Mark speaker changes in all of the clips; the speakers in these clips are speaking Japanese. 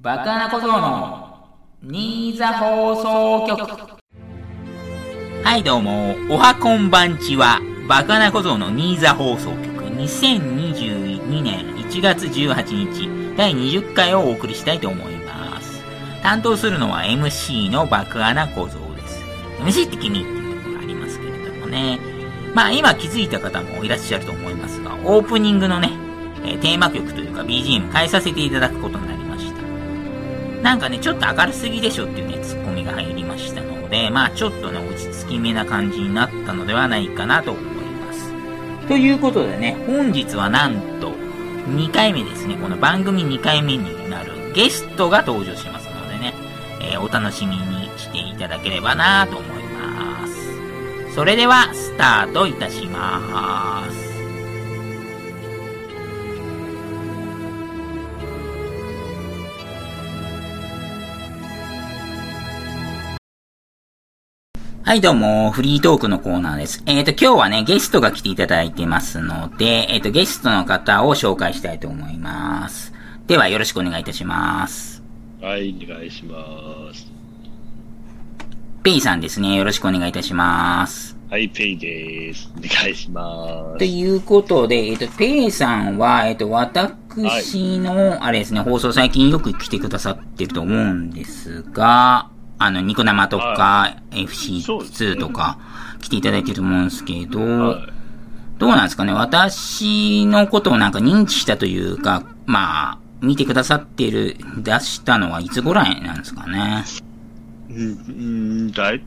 Speaker 1: バカな小僧の新座放送局はいどうもおはこんばんちはバカな小僧の新座放送局2022年1月18日第20回をお送りしたいと思います担当するのは MC のバカな小僧です MC って君っていうところがありますけれどもねまあ今気づいた方もいらっしゃると思いますがオープニングのね、えーテーマ曲というか BGM 変えさせていただくことになりましたなんかね、ちょっと明るすぎでしょっていうね、ツッコミが入りましたので、まあちょっとね、落ち着きめな感じになったのではないかなと思います。ということでね、本日はなんと、2回目ですね、この番組2回目になるゲストが登場しますのでね、えーお楽しみにしていただければなと思います。それでは、スタートいたします。はい、どうも、フリートークのコーナーです。えっ、と、今日はね、ゲストが来ていただいてますので、えっ、と、ゲストの方を紹介したいと思います。では、よろしくお願いいたします。
Speaker 2: はい、お願いします。
Speaker 1: ペイさんですね、よろしくお願いいたします。
Speaker 2: はい、ペイです。お願いしま
Speaker 1: と
Speaker 2: す。
Speaker 1: いうことで、えっ、と、ペイさんは、えっ、と、私の、あれですね、放送最近よく来てくださってると思うんですが、あの、ニコ生とか、
Speaker 2: そうですね
Speaker 1: FC2 とか、来ていただいてると思うんですけど、
Speaker 2: は
Speaker 1: どうなんですかね私のことをなんか認知したというか、まあ、見てくださってる、出したのはいつぐらいなんですかね
Speaker 2: い。うんうん、だい、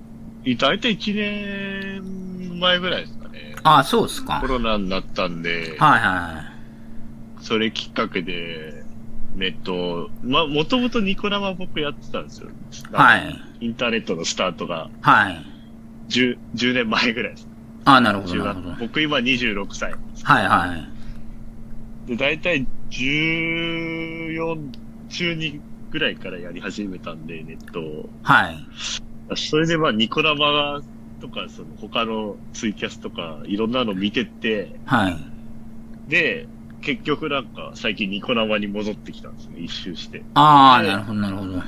Speaker 2: だいたい1年前ぐらいですかね。
Speaker 1: ああ、そうですか。は
Speaker 2: コ
Speaker 1: い
Speaker 2: ロナになったんで、
Speaker 1: は
Speaker 2: それきっかけで、ネット、ま、もともとニコ生僕やってたんですよ。
Speaker 1: い。はい。
Speaker 2: インターネットのスタートが
Speaker 1: はい。
Speaker 2: 10、10年前ぐらいです。
Speaker 1: ああ、なるほど、
Speaker 2: 10
Speaker 1: なるほど。はい
Speaker 2: 僕今26歳。
Speaker 1: はい。
Speaker 2: で、だいたい14、中2ぐらいからやり始めたんで、ネットを。
Speaker 1: はい。
Speaker 2: それでまあ、ニコ生とか、その他のツイキャスとか、いろんなの見てって、
Speaker 1: はい。
Speaker 2: で、結局なんか、最近ニコ生に戻ってきたんですね、一周して。
Speaker 1: ああ、
Speaker 2: で
Speaker 1: なるほど、なるほど。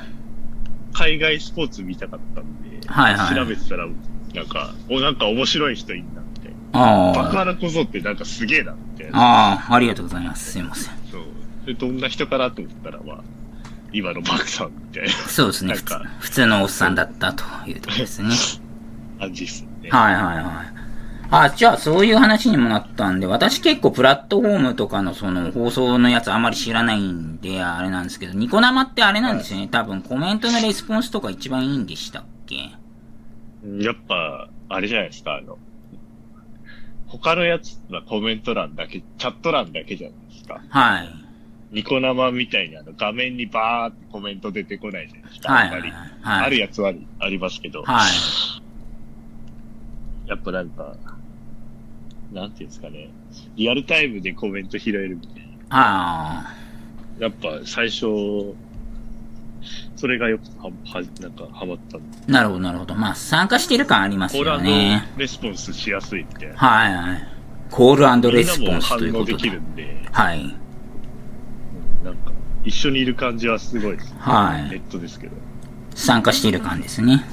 Speaker 2: 海外スポーツ見たかったんで、
Speaker 1: はいはい
Speaker 2: 調べてたら、なんか、お、なんか面白い人いんな、みたいな。
Speaker 1: あ
Speaker 2: バカな小僧ってなんかすげえな、みたい
Speaker 1: あ。
Speaker 2: な。
Speaker 1: ああ、ありがとうございます。すいません。
Speaker 2: そう。で、どんな人かなと思ったら、まあ、今のバクさんみたい
Speaker 1: そうですね。
Speaker 2: なん
Speaker 1: 普通
Speaker 2: か
Speaker 1: 普通のおっさんだったというところですね。
Speaker 2: な感じっすね。
Speaker 1: はいはいはい。あ、じゃあそういう話にもなったんで、私結構プラットフォームとかのその放送のやつあまり知らないんで、あれなんですけど、ニコ生ってあれなんですよね。多分コメントのレスポンスとか一番いいんでしたっけ
Speaker 2: やっぱ、あれじゃないですか、あの、他のやつはコメント欄だけ、チャット欄だけじゃないですか。
Speaker 1: はい。
Speaker 2: ニコ生みたいにあの画面にバーってコメント出てこないじゃないですか。
Speaker 1: はい
Speaker 2: あん
Speaker 1: は
Speaker 2: ま
Speaker 1: い
Speaker 2: り。
Speaker 1: はい。
Speaker 2: あるやつはありありますけど、
Speaker 1: はい。
Speaker 2: やっぱなんか、なんていうんですかね、リアルタイムでコメント拾えるみたい
Speaker 1: あ
Speaker 2: な。やっぱ最初、それがよくは、は、なんかハマったんで。
Speaker 1: あ。なるほどなるほど。まあ参加してる感あります
Speaker 2: コー
Speaker 1: よ
Speaker 2: ラ
Speaker 1: ね。
Speaker 2: のレスポンスしやすいみたいな。
Speaker 1: はいはい。コール
Speaker 2: み
Speaker 1: レ
Speaker 2: んな
Speaker 1: ス
Speaker 2: も
Speaker 1: ポンス
Speaker 2: 反
Speaker 1: というこ
Speaker 2: 応で
Speaker 1: と
Speaker 2: き
Speaker 1: で
Speaker 2: る。んで。
Speaker 1: はい。
Speaker 2: なんか、一緒にいる感じはすごいです。
Speaker 1: は
Speaker 2: ネ
Speaker 1: い。
Speaker 2: ットですけど。
Speaker 1: 参加してる感ですね。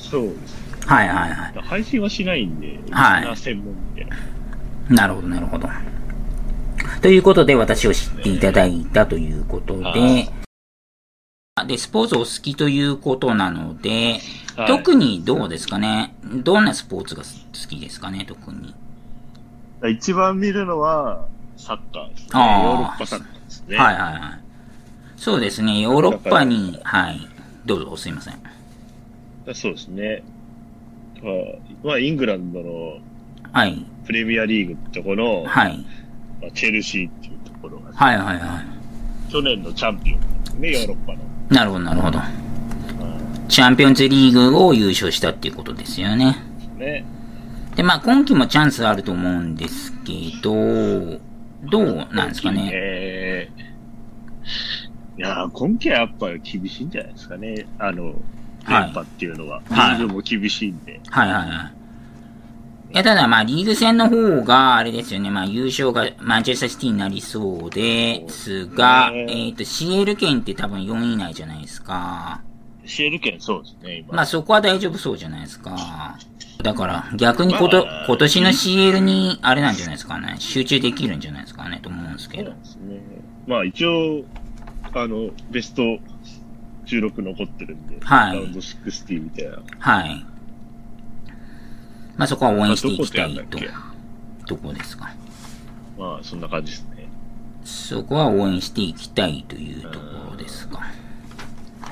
Speaker 2: そうです。
Speaker 1: はいはいは
Speaker 2: 配信はしないんで、
Speaker 1: はい
Speaker 2: みんな専門で。
Speaker 1: い。なるほどなるほど。ということで私を知っていただいたということ
Speaker 2: はい
Speaker 1: で、で、スポーツお好きということなので、
Speaker 2: はい
Speaker 1: 特にどうですかねどんなスポーツが好きですかね特に。
Speaker 2: 一番見るのは、サッカーですね。ヨ
Speaker 1: あー
Speaker 2: ーロッパサッカーですね。
Speaker 1: はいはいはい。そうですね、ヨーロッパに、はい。どうぞ、すいません。
Speaker 2: そうですね。まあ、まあ、イングランドの
Speaker 1: はい。
Speaker 2: プレミアリーグってとこの、
Speaker 1: はい。
Speaker 2: まあ、チェルシーっていうところが、
Speaker 1: はいはいは
Speaker 2: 去年のチャンピオンなんですね、ヨーロッパの。
Speaker 1: い。なるほどなるほど。
Speaker 2: ま
Speaker 1: チャンピオンズリーグを優勝したっていうことですよね。
Speaker 2: あね。
Speaker 1: で、まあ今季もチャンスあると思うんですけど、どうなんですかね。
Speaker 2: えーいやー、今季はやっぱり厳しいんじゃないですかね。あの、
Speaker 1: はい
Speaker 2: 連覇っていうのは。
Speaker 1: はい
Speaker 2: リーグも厳しいんで。
Speaker 1: はいはいはい。いや、ただまあ、リーグ戦の方が、あれですよね、まあ、優勝がマンチェスターシティになりそうですが、
Speaker 2: そうね
Speaker 1: えっ、と、CL 圏って多分4位以内じゃないですか。
Speaker 2: CL 圏そうですね、今。
Speaker 1: まあ、そこは大丈夫そうじゃないですか。だから、逆にこと
Speaker 2: まあ、
Speaker 1: 今年の CL に、あれなんじゃないですかね、集中できるんじゃないですかね、と思うんです
Speaker 2: そ
Speaker 1: け
Speaker 2: う
Speaker 1: ど
Speaker 2: な。んですね。まあ一応、あの、ベスト16残ってるんで、
Speaker 1: はい
Speaker 2: ラウンド16みたいな。
Speaker 1: はい。まあ、そこは応援していきたい
Speaker 2: まあど
Speaker 1: と
Speaker 2: こでやんだ。
Speaker 1: どこですか。
Speaker 2: まあそんな感じですね。
Speaker 1: そこは応援していきたいというところですか。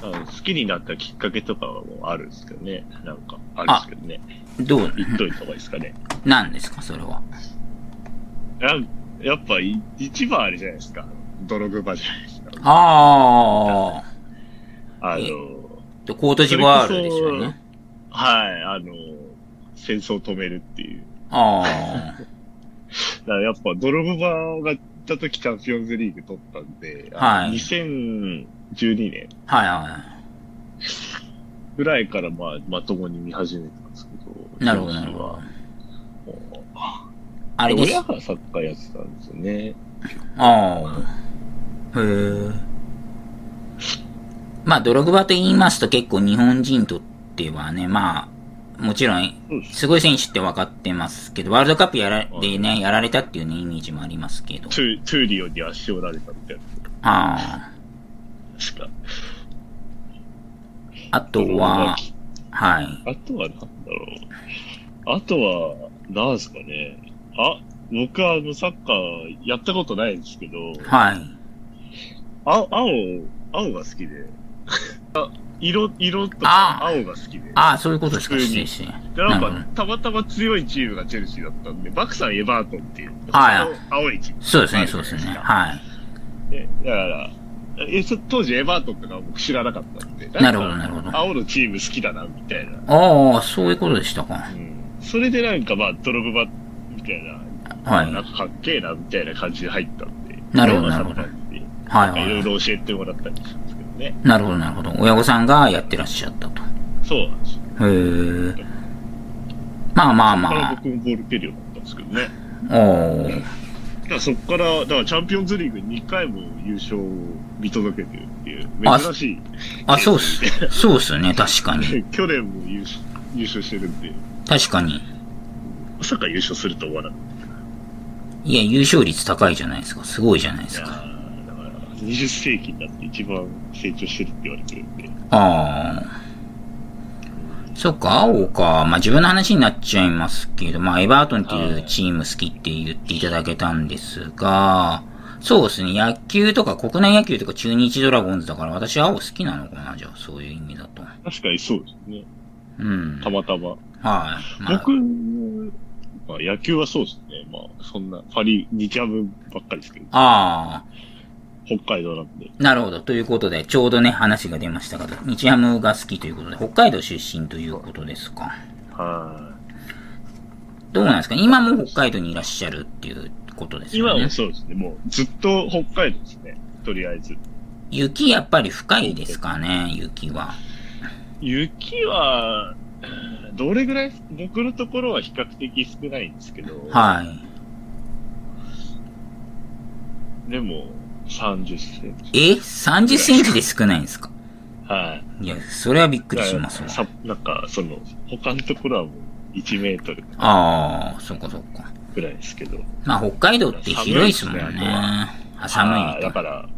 Speaker 2: あの好きになったきっかけとかはもうあるんですけどね。なんか、あるんですけどね。
Speaker 1: どう、
Speaker 2: 言っといた方がいいですかね。
Speaker 1: なんですか、それは。
Speaker 2: なんやっぱい一番あれじゃないですか。泥沼じゃないですか。
Speaker 1: ああ。
Speaker 2: あ
Speaker 1: え
Speaker 2: の、
Speaker 1: と、コートジボワールですよね。
Speaker 2: はい、あの、戦争を止めるっていう。
Speaker 1: あ
Speaker 2: だからやっぱ、ドロブバが行った時チャンピオンズリーグ取ったんで、
Speaker 1: はい
Speaker 2: 2012年
Speaker 1: あ。はいは
Speaker 2: ぐらいからまあ、まともに見始めたんですけ
Speaker 1: い。
Speaker 2: ど、
Speaker 1: なるほど、
Speaker 2: 当
Speaker 1: な
Speaker 2: 時
Speaker 1: るほど
Speaker 2: は。もう
Speaker 1: あれです。
Speaker 2: 親
Speaker 1: あ
Speaker 2: がサッカーやってたんですよね。
Speaker 1: あ。へえ。まあ、ドログバと言いますと結構日本人にとってはね、まあ、もちろん、
Speaker 2: そうです
Speaker 1: すごい選手って分かってますけど、ワールドカップやらでね、やられたっていうね、イメージもありますけど。
Speaker 2: トゥトゥーリオに足を折られたみたいな。
Speaker 1: あ
Speaker 2: 確か。
Speaker 1: あ。あとは、はい。
Speaker 2: あとはなんだろう。あとは、なんですかね。あ、僕はあの、サッカーやったことないんですけど、
Speaker 1: はい。
Speaker 2: 青、青、青が好きで。 あ色、色と
Speaker 1: あ
Speaker 2: か青が好きで。
Speaker 1: ああ、そういうことですか、
Speaker 2: 普通
Speaker 1: 失
Speaker 2: に
Speaker 1: 礼して。
Speaker 2: でなん
Speaker 1: なる
Speaker 2: か、たまたま強いチームがチェルシーだったんで、バクさんエバートンっていう、
Speaker 1: はい
Speaker 2: 青青いチーム。
Speaker 1: そうです
Speaker 2: あ
Speaker 1: ね、
Speaker 2: るじ
Speaker 1: そ
Speaker 2: ゃ
Speaker 1: う
Speaker 2: な
Speaker 1: で
Speaker 2: い
Speaker 1: す
Speaker 2: で
Speaker 1: ね。
Speaker 2: すか
Speaker 1: はい。
Speaker 2: でだから、えそ当時エバートンとか僕知らなかったんで、
Speaker 1: なるほど
Speaker 2: んか
Speaker 1: なるほど
Speaker 2: 青のチーム好きだな、みたいな。
Speaker 1: ああ、そういうことでしたか。
Speaker 2: うんそれでなんかまあ、ドログバみたいな、
Speaker 1: はい。
Speaker 2: な
Speaker 1: は
Speaker 2: んかかっけえな、みたいな感じで入ったんで。
Speaker 1: なるほど
Speaker 2: なんか
Speaker 1: なる
Speaker 2: い
Speaker 1: いはい
Speaker 2: ろ
Speaker 1: はいい。
Speaker 2: ろ教えてもらったりしたんですけどね。
Speaker 1: なるほど、なるほど。親御さんがやってらっしゃったと。
Speaker 2: そうなんですよ。
Speaker 1: へえ。まあまあ
Speaker 2: だから
Speaker 1: ま
Speaker 2: 僕もボール蹴るようになったんですけどね。
Speaker 1: あ。おー
Speaker 2: だからそこから、だからチャンピオンズリーグ2回も優勝を見届けてるっていう、
Speaker 1: あ
Speaker 2: 珍し
Speaker 1: あ、そうっす。 そうっすね、確かに。
Speaker 2: い。去年も優勝優勝してるんで、
Speaker 1: 確かに。
Speaker 2: まさか優勝すると思わなかっ
Speaker 1: いや、優勝率高いじゃないですか。すごいじゃないで
Speaker 2: た。い
Speaker 1: す
Speaker 2: や
Speaker 1: か。
Speaker 2: ーだから、20世紀になって一番成長してるって言われてるんで。
Speaker 1: ああ。そっか、青か。まあ、自分の話になっちゃいますけど、まあ、エバートンっていうチーム好きって言っていただけたんですが、そうですね、野球とか国内野球とか中日ドラゴンズだから、私青好きなのかな、じゃあ、そういう意味だと。
Speaker 2: 確かにそうですね。
Speaker 1: うん。
Speaker 2: たまたま。
Speaker 1: はい。まあ
Speaker 2: 僕、まあ野球はそうですね。まあ、そんな、パリ、2キャブばっかりですけど、
Speaker 1: あ
Speaker 2: 北海道なんで。
Speaker 1: あ、なるほど。ということで、ちょうどね、話が出ましたが、日ハムが好きということで、北海道出身ということですか。
Speaker 2: は
Speaker 1: どうなんですか今も北海道にいらっしゃるっていうことです
Speaker 2: い。
Speaker 1: よ
Speaker 2: 今
Speaker 1: ね。
Speaker 2: もそうですね。もう、ずっと北海道ですね。とりあえず。
Speaker 1: 雪やっぱり深いですかね、雪は。
Speaker 2: 雪は、うんどれぐらい、僕のところは比較的少ないんですけど、
Speaker 1: はい。
Speaker 2: でも、30センチ。
Speaker 1: え ?30 センチで少ないんですか
Speaker 2: はい。
Speaker 1: いや、それはびっくりし
Speaker 2: だか
Speaker 1: ま
Speaker 2: ら
Speaker 1: す
Speaker 2: さ
Speaker 1: わ。
Speaker 2: なんか、その、他のところはもう1メートル
Speaker 1: ああ、そっかそっか。
Speaker 2: ぐらいですけど、
Speaker 1: まあ、北海道って広いですもんね
Speaker 2: 寒いですねあ。
Speaker 1: あ寒
Speaker 2: あー
Speaker 1: い
Speaker 2: だ
Speaker 1: と。
Speaker 2: から、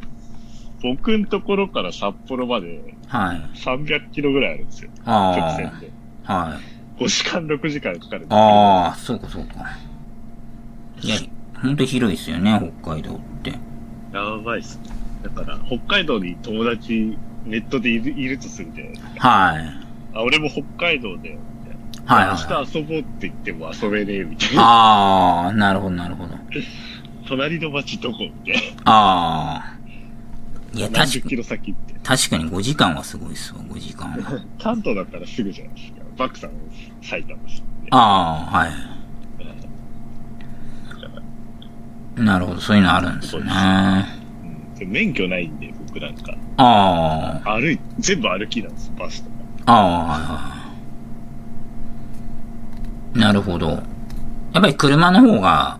Speaker 2: 僕のところから札幌まで
Speaker 1: はい。
Speaker 2: 300キロぐらいあるんですよ。直
Speaker 1: あ
Speaker 2: 線で。
Speaker 1: あ、はい。
Speaker 2: 5時間、6時間かかるんですけど
Speaker 1: ああ、そうかそうか。いや、ほんと広いですよね、北海道って。
Speaker 2: やばいっすね。だから、北海道に友達、ネットでいるいるとするじゃないですか。
Speaker 1: はい。
Speaker 2: あ、俺も北海道だよ、みたいな。
Speaker 1: はいはい。
Speaker 2: 明日遊ぼうって言っても遊べねえみたいな。
Speaker 1: ああ、なるほどなるほど。
Speaker 2: 隣の町どこみたい
Speaker 1: ああ。いや、
Speaker 2: な。
Speaker 1: 確
Speaker 2: 何十
Speaker 1: か
Speaker 2: キ
Speaker 1: に、
Speaker 2: ロ先って。
Speaker 1: 確かに5時間はすごいっすわ、5時間は。
Speaker 2: 関東だったらすぐじゃないですか。バックさんも埼玉ですもんね。
Speaker 1: ああ、はい。なるほど、そういうのあるんですね。あ
Speaker 2: うんでも免許ないんで、僕なんか。
Speaker 1: あ、
Speaker 2: 歩い、全部歩きなんですよ、バスとか。
Speaker 1: ああ、はいはい。なるほど。やっぱり車の方が、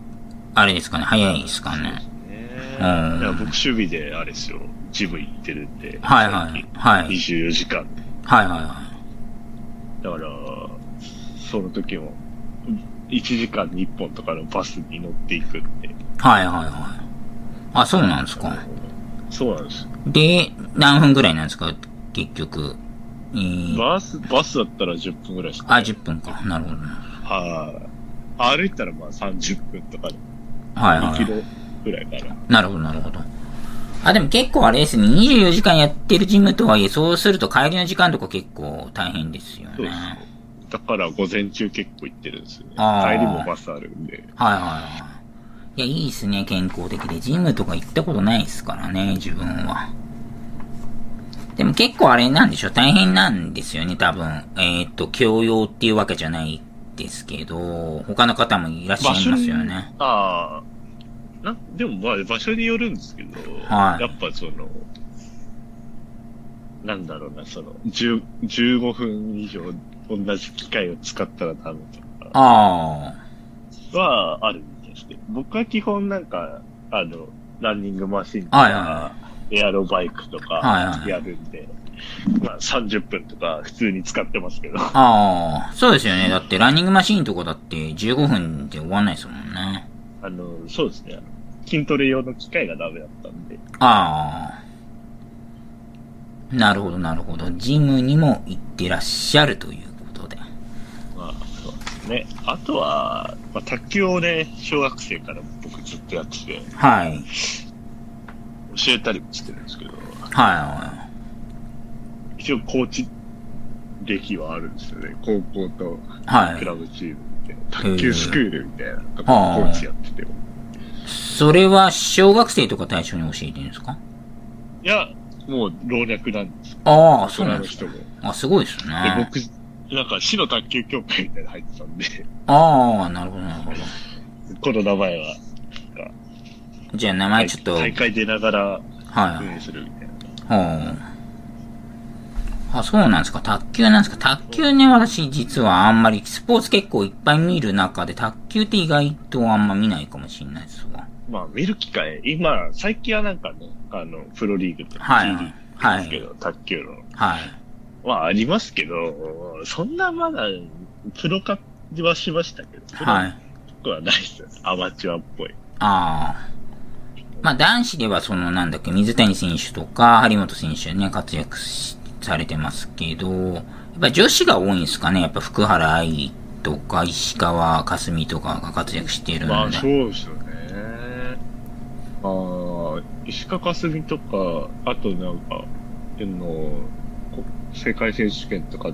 Speaker 1: あれですかね、早いですかね。
Speaker 2: ね
Speaker 1: うん
Speaker 2: いや僕、守備であれですよ、ジム行ってるんで、
Speaker 1: はいはい。はい。
Speaker 2: 24時間。
Speaker 1: はいはいは
Speaker 2: だから、その時も、1時間に1本とかのバスに乗っていくんで。
Speaker 1: い。はいはいはい。あ、そうなんですか。
Speaker 2: そうなんです。
Speaker 1: で、何分ぐらいなんですか結局。えー、
Speaker 2: バス、バスだったら10分ぐらいです
Speaker 1: あ、
Speaker 2: か、
Speaker 1: 10分か。なるほど。
Speaker 2: はい。歩いたらまあ30分とかで、
Speaker 1: はいは
Speaker 2: 2キ
Speaker 1: い。
Speaker 2: ロぐらいかな。
Speaker 1: なるほど、なるほど。あ、でも結構あれですね。24時間やってるジムとはいえ、そうすると帰りの時間とか結構大変ですよ
Speaker 2: そうで
Speaker 1: ね
Speaker 2: す。だから午前中結構行ってるんですよね。
Speaker 1: あー
Speaker 2: 帰りもバスあるんで。
Speaker 1: はいはいはい。いや、いいっすね、健康的で。ジムとか行ったことないっすからね、自分は。でも結構あれなんでしょう、大変なんですよね、多分。えーっ、と、教養っていうわけじゃないですけど、他の方もいらっしゃいますよ
Speaker 2: に
Speaker 1: ね。。
Speaker 2: ああ。な、でもまあ場所によるんですけど、
Speaker 1: はい
Speaker 2: やっぱその、なんだろうな、その、10 15分以上同じ機械を使ったらダメと
Speaker 1: あ
Speaker 2: かはあるんですけど、僕は基本なんか、あの、ランニングマシンと
Speaker 1: はいはいは
Speaker 2: か、エアロバイクと
Speaker 1: はいはい
Speaker 2: か
Speaker 1: は、い
Speaker 2: やるんで、まあ30分とか普通に使ってますけど、
Speaker 1: あ。ああ。そうですよね。だって、ランニングマシーンとかだって15分で終わんないですもんね。
Speaker 2: あの、そうですね、あの筋トレ用の機械がダメだったんで、
Speaker 1: ああ。なるほど、なるほど。ジムにも行ってらっしゃるということで。
Speaker 2: まあ、そうですね。あとは、まあ、卓球をね、小学生から僕ずっとやってて、
Speaker 1: はい。
Speaker 2: 教えたりもしてるんですけど、
Speaker 1: は
Speaker 2: 一応コーチ歴はあるんですよね。高校と
Speaker 1: いはい。は
Speaker 2: ク
Speaker 1: い。
Speaker 2: ラブチームで、卓球スクールみたいなのとこ
Speaker 1: はあ
Speaker 2: コーチやってても。
Speaker 1: それは小学生とか対象に教えてるんですか
Speaker 2: いや、もう老若なんです
Speaker 1: ああ、そ
Speaker 2: 大
Speaker 1: うな
Speaker 2: 人
Speaker 1: んです
Speaker 2: の人
Speaker 1: か。
Speaker 2: も。で、
Speaker 1: あ、すごいですね。あ
Speaker 2: 僕、なんか市の卓球協会みたいなの入ってたんで、
Speaker 1: あ、なるほど、なるほど。
Speaker 2: この名前は、なんか
Speaker 1: じゃあ名前ちょっと、は
Speaker 2: 大
Speaker 1: い。
Speaker 2: 会出ながら運
Speaker 1: は
Speaker 2: 営するみたいな。
Speaker 1: あ、そうなんですか。卓球なんですか。卓球ね、私実はあんまり、スポーツ結構いっぱい見る中で、卓球って意外とあんま見ないかもしれないですわ。
Speaker 2: まあ、見る機会、今、最近はなんかね、あの、プロリーグとか、
Speaker 1: は
Speaker 2: G
Speaker 1: い
Speaker 2: リーグ
Speaker 1: はい
Speaker 2: ですけど、卓球の。
Speaker 1: はい。
Speaker 2: まあ、ありますけど、そんなまだ、プロ化はしましたけど、プロ
Speaker 1: はい。
Speaker 2: くはないですよね。アマチュアっぽい。
Speaker 1: ああ。まあ男子ではそのなんだっけ、水谷選手とか張本選手ね、活躍しされてますけど、やっぱ女子が多いんですかね、やっぱ福原愛とか石川佳純とかが活躍している
Speaker 2: ま
Speaker 1: の
Speaker 2: あ、
Speaker 1: で。
Speaker 2: そうですよね。ああ、石川佳純とか、あとなんか、あの、こ世界選手権とか、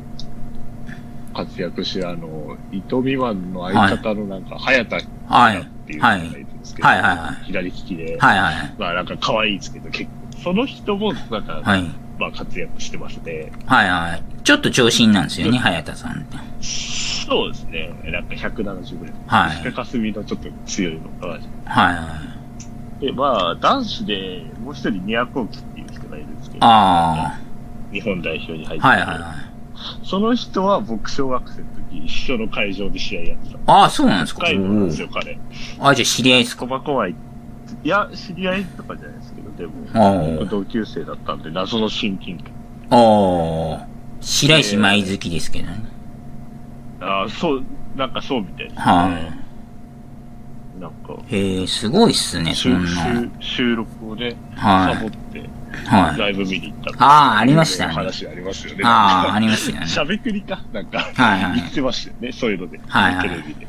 Speaker 2: 活躍し、あの、伊藤美誠の相方のなんか、早田
Speaker 1: はい。はい
Speaker 2: っていう人がいるんですけど、
Speaker 1: はいはいはい。
Speaker 2: 左利きで、
Speaker 1: はいはい。
Speaker 2: まあなんか可愛いですけど、結構、その人もなんか、
Speaker 1: はい。
Speaker 2: まあ活躍してますね。
Speaker 1: はいはい。ちょっと長身なんですよね、早田さんって。
Speaker 2: そうですね。なんか170ぐらい。
Speaker 1: はい
Speaker 2: 石川佳純のちょっと強いのか
Speaker 1: はいはい。
Speaker 2: で、まあ男子でもう一人宮幸輝っていう人がいるんですけど、
Speaker 1: あ
Speaker 2: 日本代表に入っ
Speaker 1: あ。
Speaker 2: てて、
Speaker 1: はいはいはい。
Speaker 2: その人は僕小学生の時一緒の会場で試合やってた。
Speaker 1: ああ、そうなんですか。
Speaker 2: 北海道なんですよ、
Speaker 1: お
Speaker 2: 彼。
Speaker 1: おあ、じゃあ知り合いですか。
Speaker 2: 駒怖い。いや、知り合いとかじゃないですけど、で
Speaker 1: お
Speaker 2: も、
Speaker 1: ー
Speaker 2: 同級生だったんで、謎の親近感。
Speaker 1: おー白石舞好きですけどね。
Speaker 2: ああ、そう、なんかそうみたいですね。
Speaker 1: はい
Speaker 2: なんか、
Speaker 1: へえ、すごいっすね、そ
Speaker 2: 収
Speaker 1: んな。
Speaker 2: 収収録をね、
Speaker 1: はい
Speaker 2: サボって、
Speaker 1: はい。
Speaker 2: ライブ見に行ったっていう
Speaker 1: ああありましたね
Speaker 2: 話ありますよね。
Speaker 1: ああ、あります よね。
Speaker 2: しゃべくりか、なんか、
Speaker 1: はいはい
Speaker 2: 言ってましたよね、そういうので。
Speaker 1: はいはい
Speaker 2: テレビで。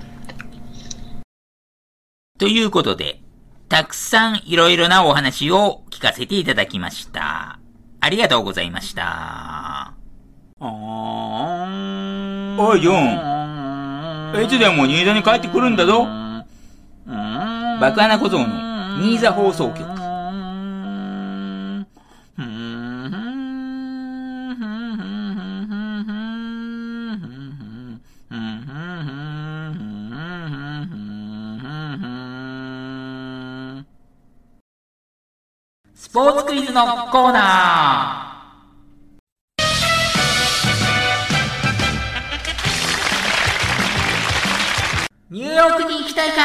Speaker 1: ということで、たくさんいろいろなお話を聞かせていただきました。ありがとうございました。
Speaker 3: おいジョン
Speaker 1: い
Speaker 3: いつでも新座に帰ってくるんだぞ
Speaker 1: 爆穴小僧の新座放送局。スポーツクイズのコーナーニューヨークに行き題か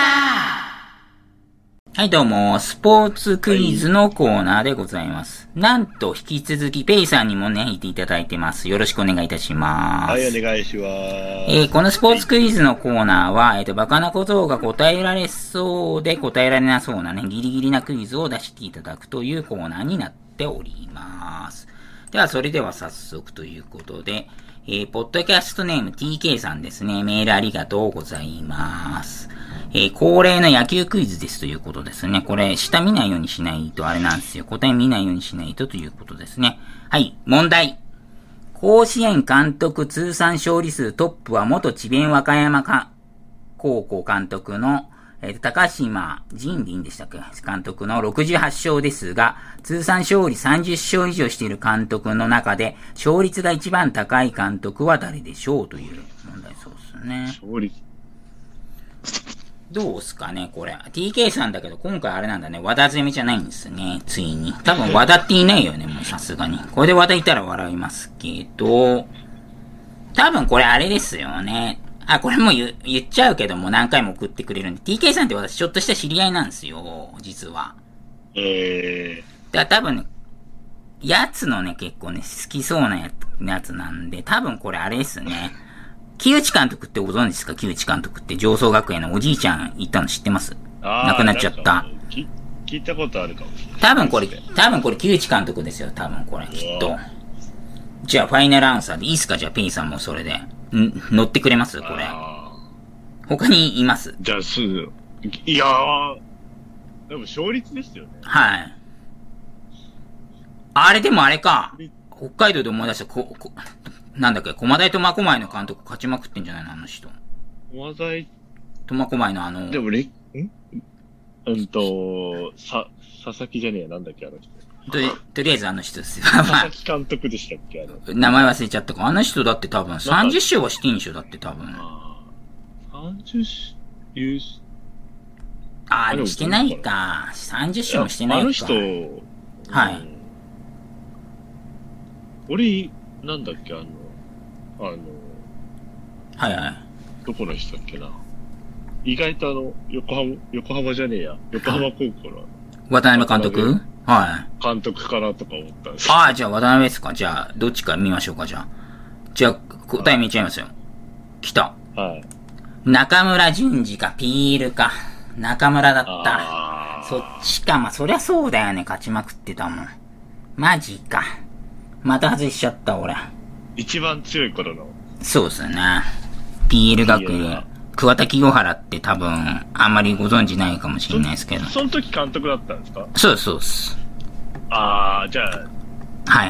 Speaker 1: はい、どうも、スポーツクイズのコーナーでございます。なんと、引き続き、ペイさんにもね、いていただいてます。よろしくお願いいたします。
Speaker 2: はい、お願いします。
Speaker 1: えーこのスポーツクイズのコーナーは、えっ、と、バカな小僧が答えられそうで答えられなそうなね、ギリギリなクイズを出していただくというコーナーになっております。では、それでは早速ということで、えーポッドキャストネーム TK さんですね、メールありがとうございます。えー恒例の野球クイズですということですね。これ、下見ないようにしないとあれなんですよ。答え見ないようにしないとということですね。はい、問題。甲子園監督通算勝利数トップは元智弁和歌山か高校監督の、えー高島仁林でしたっけ監督の68勝ですが、通算勝利30勝以上している監督の中で、勝率が一番高い監督は誰でしょうという問題そうですね。
Speaker 2: 勝利。
Speaker 1: どうすかね、これ。TK さんだけど、今回あれなんだね、和田攻めじゃないんですね、ついに。多分和田っていないよね、もうさすがに。これで和田いたら笑いますけど、多分これあれですよね。あ、これもう言言っちゃうけども何回も送ってくれるんで、TK さんって私ちょっとした知り合いなんですよ、実は。
Speaker 2: え
Speaker 1: だから多分ね、やつのね、結構ね、好きそうなやつやつなんで、多分これあれですね。木内監督ってご存知ですか木内監督って上層学園のおじいちゃんいたの知ってます
Speaker 2: ー、あー
Speaker 1: なくなっちゃった
Speaker 2: なんか聞聞いたことあるかもしれない。
Speaker 1: 多分これ、多分これ木内監督ですよ。多分これ、きっと。じゃあ、ファイナルアンサーでいいっすかじゃあ、ペイさんもそれで。ん乗ってくれますこれ。
Speaker 2: あ
Speaker 1: 他にいます
Speaker 2: ーじゃあ、すぐ。いやー、でも勝率ですよね。
Speaker 1: はい。あれでもあれか。北海道で思い出した、こ、こ、なんだっけ、駒大苫小牧の監督勝ちまくってんじゃないのあの人。
Speaker 2: 駒大、
Speaker 1: 苫小牧のあの
Speaker 2: で、もれ、んうんと、さ、佐々木じゃねえや、なんだっけ、あの人。
Speaker 1: ととりあえずあの人ですよ。
Speaker 2: 佐
Speaker 1: まあ
Speaker 2: 々、木監督でしたっけ、あの。
Speaker 1: 名前忘れちゃったか。あの人だって多分、30勝はしていいんでしょだって多分。
Speaker 2: ああ、30し、優勝。
Speaker 1: あ
Speaker 2: あれ
Speaker 1: ー、してないか。30勝もしてないか。
Speaker 2: あの人、
Speaker 1: はい
Speaker 2: うん。俺、なんだっけ、あの、あの、
Speaker 1: はいはい。
Speaker 2: どこの人だっけな。意外とあの、横浜、横浜じゃねえや。横浜高校の
Speaker 1: 渡辺監督はい。
Speaker 2: 監督かなとか思ったんですけど
Speaker 1: ああ、じゃあ渡辺ですか。じゃあ、どっちか見ましょうか、じゃあ。じゃあ、答え見ちゃいますよ。来た。
Speaker 2: はい。
Speaker 1: 中村淳二か、ピールか。中村だった。
Speaker 2: あ
Speaker 1: そっちか。まあ、そりゃそうだよね。勝ちまくってたもん。マジか。また外しちゃった、俺。
Speaker 2: 一番強い頃の。
Speaker 1: そうですよね。ピール学
Speaker 2: ピール
Speaker 1: 園
Speaker 2: が。
Speaker 1: 桑田清原って多分、あんまりご存知ないかもしれないですけど。
Speaker 2: その時監督だったんですか
Speaker 1: そうです、そうです。
Speaker 2: ああ、じゃあ、
Speaker 1: はい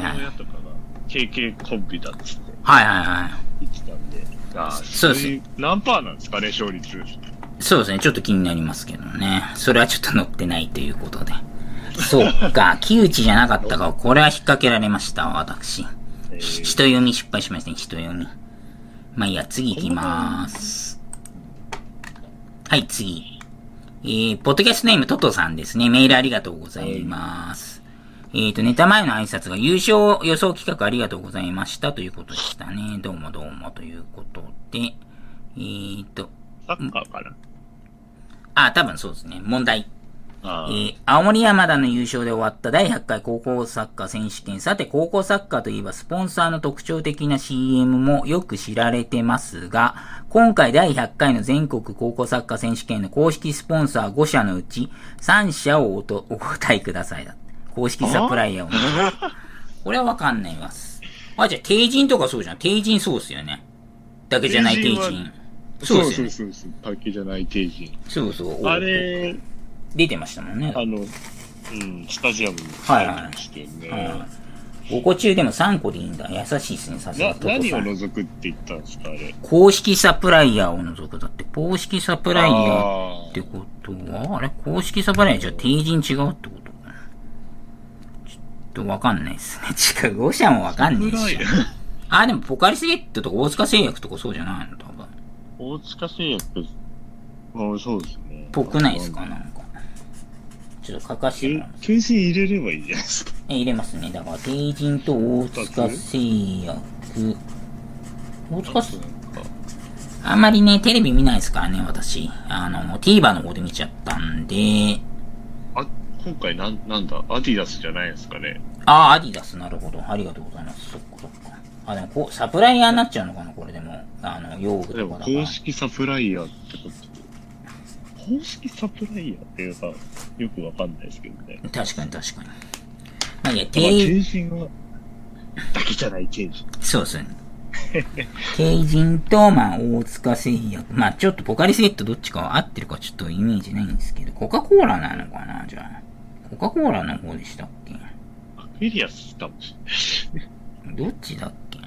Speaker 1: はい。はい
Speaker 2: 親とかが KK コンビだっつって
Speaker 1: はいはい。
Speaker 2: 言ってたんで。ああ、
Speaker 1: そうです
Speaker 2: い何パーなんですかね、勝率。
Speaker 1: そうですね、ちょっと気になりますけどね。それはちょっと載ってないということで。そうか、木内じゃなかったか、これは引っ掛けられました、私。
Speaker 2: え
Speaker 1: ひ
Speaker 2: ー
Speaker 1: 人読み失敗しましたね、人読み。まあいいや、次行きまーす。はい、次。えー、ポッドキャストネームトトさんですね。メールありがとうございます。えーと、ネタ前の挨拶が優勝予想企画ありがとうございましたということでしたね。どうもどうもということで。えーと、
Speaker 2: サッカーかな。
Speaker 1: あ、多分そうですね。問題。え
Speaker 2: ああ、
Speaker 1: ー青森山田の優勝で終わった第100回高校サッカー選手権。さて、高校サッカーといえばスポンサーの特徴的な CM もよく知られてますが、今回第100回の全国高校サッカー選手権の公式スポンサー5社のうち3社をおとお 答えくださいだって。公式サプライヤーを。 これはわかんないわす。あ、じゃあ、定人とかそうじゃん。定人そうっすよね。だけじゃない定
Speaker 2: 帝
Speaker 1: 人。
Speaker 2: 人は
Speaker 1: そう
Speaker 2: そう
Speaker 1: です
Speaker 2: そ
Speaker 1: よ
Speaker 2: う
Speaker 1: ね。
Speaker 2: そうそう。竹じゃない定人。
Speaker 1: そうそう。
Speaker 2: あれ、
Speaker 1: 出てましたもんね。
Speaker 2: あの、うん、スタジアムに
Speaker 1: はいはい
Speaker 2: 入してね。
Speaker 1: 5個中でも3個でいいんだ。優しいですね、さすが
Speaker 2: な、
Speaker 1: トコ
Speaker 2: 何
Speaker 1: さ
Speaker 2: を
Speaker 1: ん。
Speaker 2: 除くって言ったんですか、あれ。
Speaker 1: 公式サプライヤーを除くだって、公式サプライヤー
Speaker 2: あ
Speaker 1: っ
Speaker 2: ー
Speaker 1: てことは、あれ公式サプライヤーじゃ定人違うってことかな。ちょっとわかんないですね。 違う、5社もわかんないし。あ、でもポカリスエットとか大塚製薬とかそうじゃないの多分。
Speaker 2: 大塚製薬、あそうですね。
Speaker 1: ぽくないですかなんか。ちょっと書かせてもらいます。
Speaker 2: け検診入れればいいじゃないですか。
Speaker 1: え入れますね。だから、定人と大塚製薬。大塚製
Speaker 2: なんか
Speaker 1: あんまりね、テレビ見ないですからね、私。あの、TVer の方で見ちゃったんで、
Speaker 2: あ、今回なん、なんだ、アディダスじゃないですかね。
Speaker 1: ああ、アディダス、なるほど。ありがとうございます。そっかそっか。あ、でもこう、サプライヤーになっちゃうのかな、これでも。あの、用具とか
Speaker 2: で
Speaker 1: だ
Speaker 2: も、
Speaker 1: から。
Speaker 2: 公式サプライヤーってこと。公式サプライヤーっていうか、よくわかんないですけどね。
Speaker 1: 確かに確かに。まあ、いや、
Speaker 2: まあ、
Speaker 1: 定
Speaker 2: 求人は、だけじゃない、求人。
Speaker 1: そうですね。帝人と、まあ、大塚製薬。まあ、ちょっとポカリスエットどっちかは合ってるかちょっとイメージないんですけど、コカ・コーラなのかなじゃあ。コカ・コーラの方でしたっけ
Speaker 2: アクエリアスかもしれない。
Speaker 1: どっちだっけ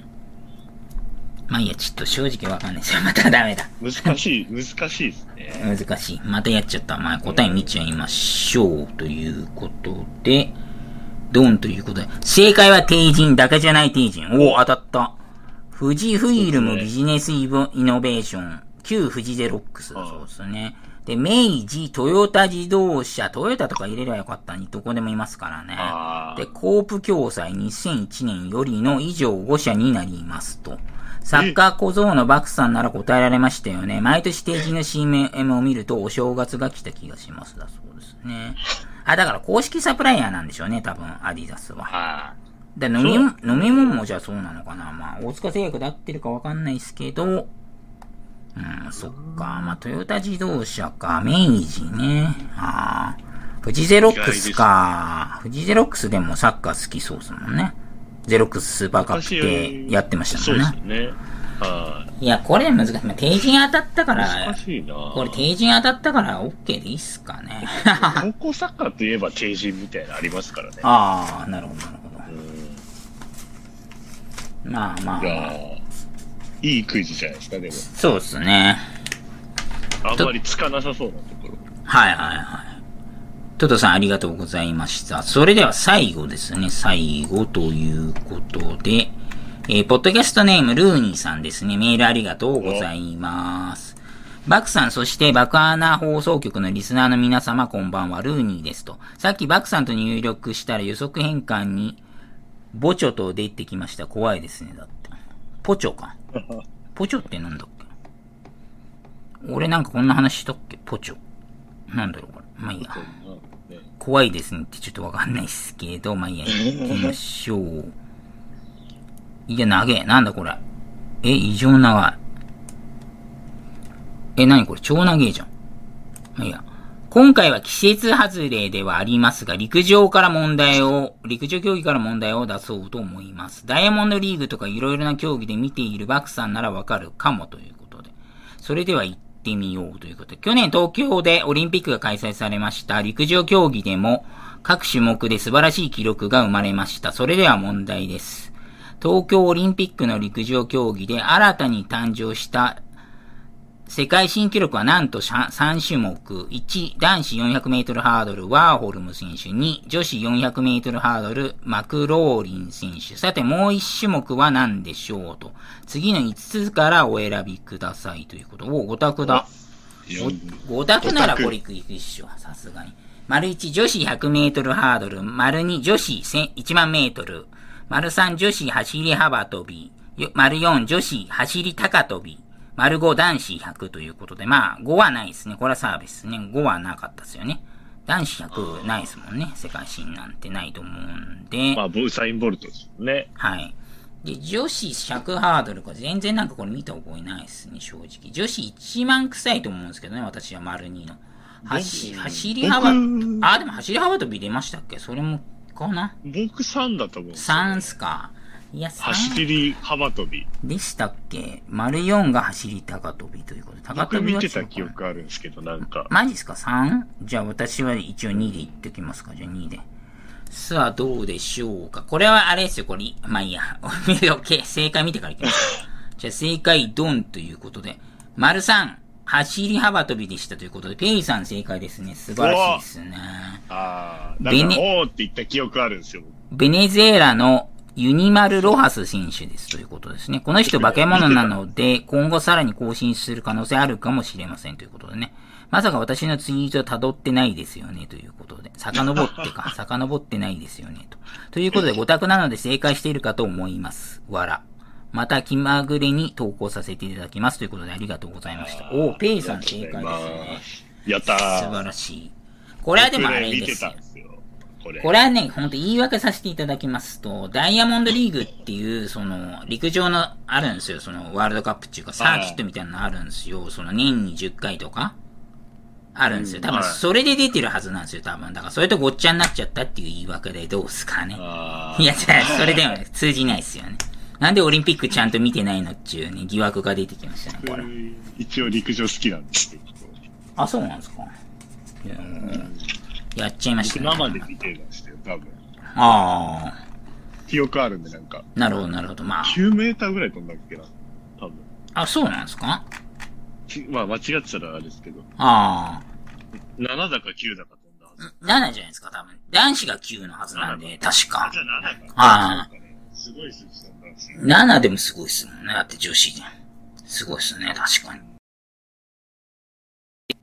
Speaker 1: まあいいや、ちょっと正直わかんない ですよ。またダメだ。
Speaker 2: 難し い、難しいですね。
Speaker 1: 難しい。またやっちゃった。まあ答え見ちゃいましょう。ということで、ドンということで、正解は定人だけじゃない定人。おお、当たった。富士フイルムビジネスイボイノベーション、旧富士ゼロックスだそうですね。で、明治、トヨタ自動車、トヨタとか入れればよかったにどこでもいますからね。
Speaker 2: あ
Speaker 1: で、コープ共済2001年よりの以上5社になりますと。サッカー小僧のバクさんなら答えられましたよね。毎年定時の CM を見るとお正月が来た気がしますだそうですね。あ、だから公式サプライヤーなんでしょうね、多分、アディダスは。
Speaker 2: あ
Speaker 1: で飲みも
Speaker 2: そ、
Speaker 1: 飲み物もじゃあそうなのかな。まあ、大塚製薬で合ってるかわかんないですけど、うん、そっか。まあ、トヨタ自動車か、明治ね。ああ。富士ゼロックスか。富士ゼロックスでもサッカー好きそうですもんね。ゼロックススーパーカップでやってました
Speaker 2: そう
Speaker 1: もん
Speaker 2: で
Speaker 1: ね。
Speaker 2: すよね。はい
Speaker 1: や、これ難しい。まあ、定人当たったか
Speaker 2: い。難
Speaker 1: ら、
Speaker 2: しいな
Speaker 1: これ定人当たったから OK でいいっすか ね。
Speaker 2: 高校サッカーといえば定人みたいなのありますからね。
Speaker 1: ああ、なるほど、なるほど。
Speaker 2: うん
Speaker 1: まあまあ
Speaker 2: い
Speaker 1: ま
Speaker 2: や
Speaker 1: あ。
Speaker 2: ーいいクイズじゃないですか、でも。
Speaker 1: そうですね。
Speaker 2: あんまりつかなさそうなところ。
Speaker 1: はいはいはい。トトさんありがとうございました。それでは最後ですね。最後ということで、えーポッドキャストネームルーニーさんですね。メールありがとうございます。バクさん、そしてバクアナ放送局のリスナーの皆様、こんばんは、ルーニーですと。さっきバクさんと入力したら予測変換に、ボチョと出てきました。怖いですね、だって。ポチョか。ポチョってなんだっけ俺なんかこんな話したっけポチョ。なんだろうこれ。まあいいや。
Speaker 2: ね
Speaker 1: 怖いですねってちょっとわかんないっすけど、まあいいや、行きましょう。いや、長え。なんだこれ。え、異常長い。え、なにこれ超長えじゃん。まあいいや。今回は季節外れではありますが、陸上から問題を、陸上競技から問題を出そうと思います。ダイヤモンドリーグとかいろいろな競技で見ているバクさんならわかるかもということで。それでは行ってみようということで、去年東京でオリンピックが開催されました陸上競技でも各種目で素晴らしい記録が生まれました。それでは問題です。東京オリンピックの陸上競技で新たに誕生した世界新記録はなんと3種目。1、男子400メートルハードル、ワーホルム選手。2、女子400メートルハードル、マクローリン選手。さて、もう1種目は何でしょうと。次の5つからお選びくださいということ。お、5択だ。
Speaker 2: いや
Speaker 1: ご5択ならこれクイズ一緒。さすがに。丸1、女子100メートルハードル。丸2、女子1000 1万メートル。丸3、女子走り幅跳び。よ丸4、女子走り高跳び。丸5、男子100ということで。まあ、5はないですね。これはサービスですね。5はなかったですよね。男子100ないですもんね。世界新なんてないと思うんで。
Speaker 2: まあ、ブサインボルトですよね。
Speaker 1: はい。で、女子100ハードルか、全然なんかこれ見た覚えないですね、正直。女子1万臭いと思うんですけどね、私は丸2の。はし、走り幅
Speaker 2: 僕、
Speaker 1: あ、でも走り幅跳び出ましたっけそれも、かな
Speaker 2: 僕3だと思うんですよ
Speaker 1: ?3 っすか。いや、3
Speaker 2: 走り幅跳び。
Speaker 1: でしたっけ丸4が走り高跳びということで。高
Speaker 2: 僕
Speaker 1: 跳び
Speaker 2: 見
Speaker 1: は
Speaker 2: て
Speaker 1: 違う
Speaker 2: た
Speaker 1: か
Speaker 2: 記憶あるんですけど、なん か。
Speaker 1: マジっすか ?3? じゃあ私は一応2で言ってきますか。じゃあ2で。さあ、どうでしょうか。これはあれですよ、これ。まあいいや。 見るよ OK 正解見てからいきます。じゃあ正解、ドンということで。丸3、走り幅跳びでしたということで、ペイさん正解ですね。素晴らしいですね。
Speaker 2: ああ、なん
Speaker 1: ベ
Speaker 2: か、
Speaker 1: ネ
Speaker 2: おーって言った記憶あるんですよ。
Speaker 1: ベネズエラのユニマル・ロハス選手ですということですね。この人化け物なので、今後さらに更新する可能性あるかもしれませんということでね。まさか私のツイートは辿ってないですよねということで。遡ってか、遡ってないですよねと。ということで、5択なので正解しているかと思います。わら。また気まぐれに投稿させていただきます。ということでありがとうございました。おー、ペイさん正解ですね。
Speaker 2: やったー。
Speaker 1: 素晴らしい。これはでもあれ
Speaker 2: 僕ね見
Speaker 1: で
Speaker 2: て
Speaker 1: す
Speaker 2: た
Speaker 1: よ
Speaker 2: ん。ですよ。これ。
Speaker 1: これはね、ほんと言い訳させていただきますと、ダイヤモンドリーグっていう、その、陸上のあるんですよ。その、ワールドカップっていうか、サーキットみたいなのあるんですよ。その、年に10回とか、あるんですよ。
Speaker 2: うん
Speaker 1: 多分、
Speaker 2: はい
Speaker 1: それで出てるはずなんですよ、多分。だから、それとごっちゃになっちゃったっていう言い訳でどうすかね。
Speaker 2: あー
Speaker 1: いや、じゃあ、それでもね通じないですよね。なんでオリンピックちゃんと見てないのっていうね、疑惑が出てきましたね、これ。
Speaker 2: 一応陸上好きなんですけど。
Speaker 1: あ、そうなんですか。いや
Speaker 2: うん
Speaker 1: やっちゃいました
Speaker 2: 僕
Speaker 1: ね。
Speaker 2: 生で見てましたよ、多分。
Speaker 1: ああ。
Speaker 2: 記憶あるんで、なんか、
Speaker 1: なるほど、なるほど。まあ。
Speaker 2: 9メーターぐらい飛んだっけな。多分。
Speaker 1: あ、そうなんですか
Speaker 2: ちまあ、間違ってたらあれですけど、
Speaker 1: ああ。
Speaker 2: 7だか9だか飛んだはず。
Speaker 1: 7じゃないですか、多分。男子が9のはずなんで、確
Speaker 2: あ
Speaker 1: か、。
Speaker 2: じゃあ7か。
Speaker 1: あ
Speaker 2: そうかねすごい数字飛んだんですよ。
Speaker 1: 7でもすごいっすもんね。だって女子じゃん。すごいっすね、確かに。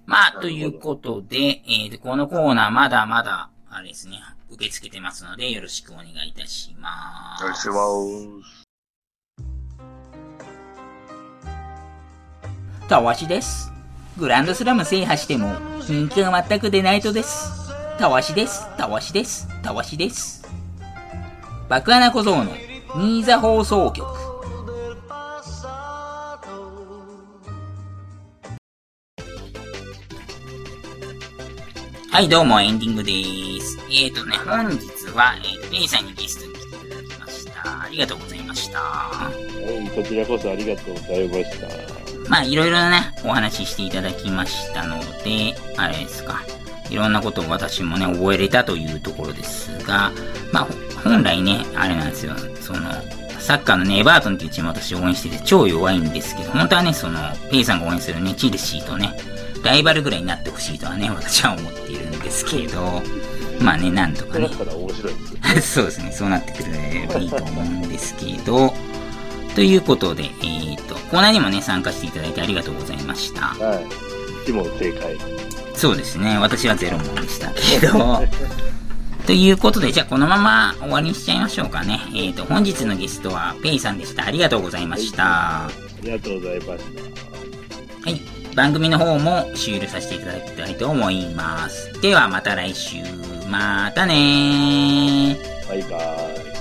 Speaker 1: まあ、ということで、えー、このコーナーまだまだ、あれですね、受け付けてますので、よろしくお願いいたします。たわしです。グランドスラム制覇しても人気が全く出ないとです。たわしです。たわしです。たわしです。爆穴小僧の新座放送局。はい、どうも、エンディングです。えーとね、本日は、えーと、レイさんにゲストに来ていただきました。ありがとうございました。
Speaker 2: はい、こちらこそありがとうございました。
Speaker 1: まあ、いろいろなね、お話ししていただきましたので、あれですか。いろんなことを私もね、覚えれたというところですが、まあ、ほ本来ね、あれなんですよ。その、サッカーのね、エバートンっていうチーム私応援してて超弱いんですけど、本当はね、その、ペイさんが応援するね、チェルシーとね、ライバルぐらいになってほしいとはね、私は思っているんですけど、まあね、なんとかね。
Speaker 2: たら面白いですよ。
Speaker 1: そうですね、そうなってくればいいと思うんですけど、ということで、えー、と、コーナーにもね、参加していただいてありがとうございました。
Speaker 2: はい。でも正解。
Speaker 1: そうですね、私はゼロ問でしたけ ど、ということで、じゃあこのまま終わりにしちゃいましょうかね。えー、と、本日のゲストはペイさんでした。ありがとうございました。
Speaker 2: ありがとうございました。
Speaker 1: はい。番組の方も終了させていただきたいと思います。ではまた来週。またねー。
Speaker 2: バイバイ。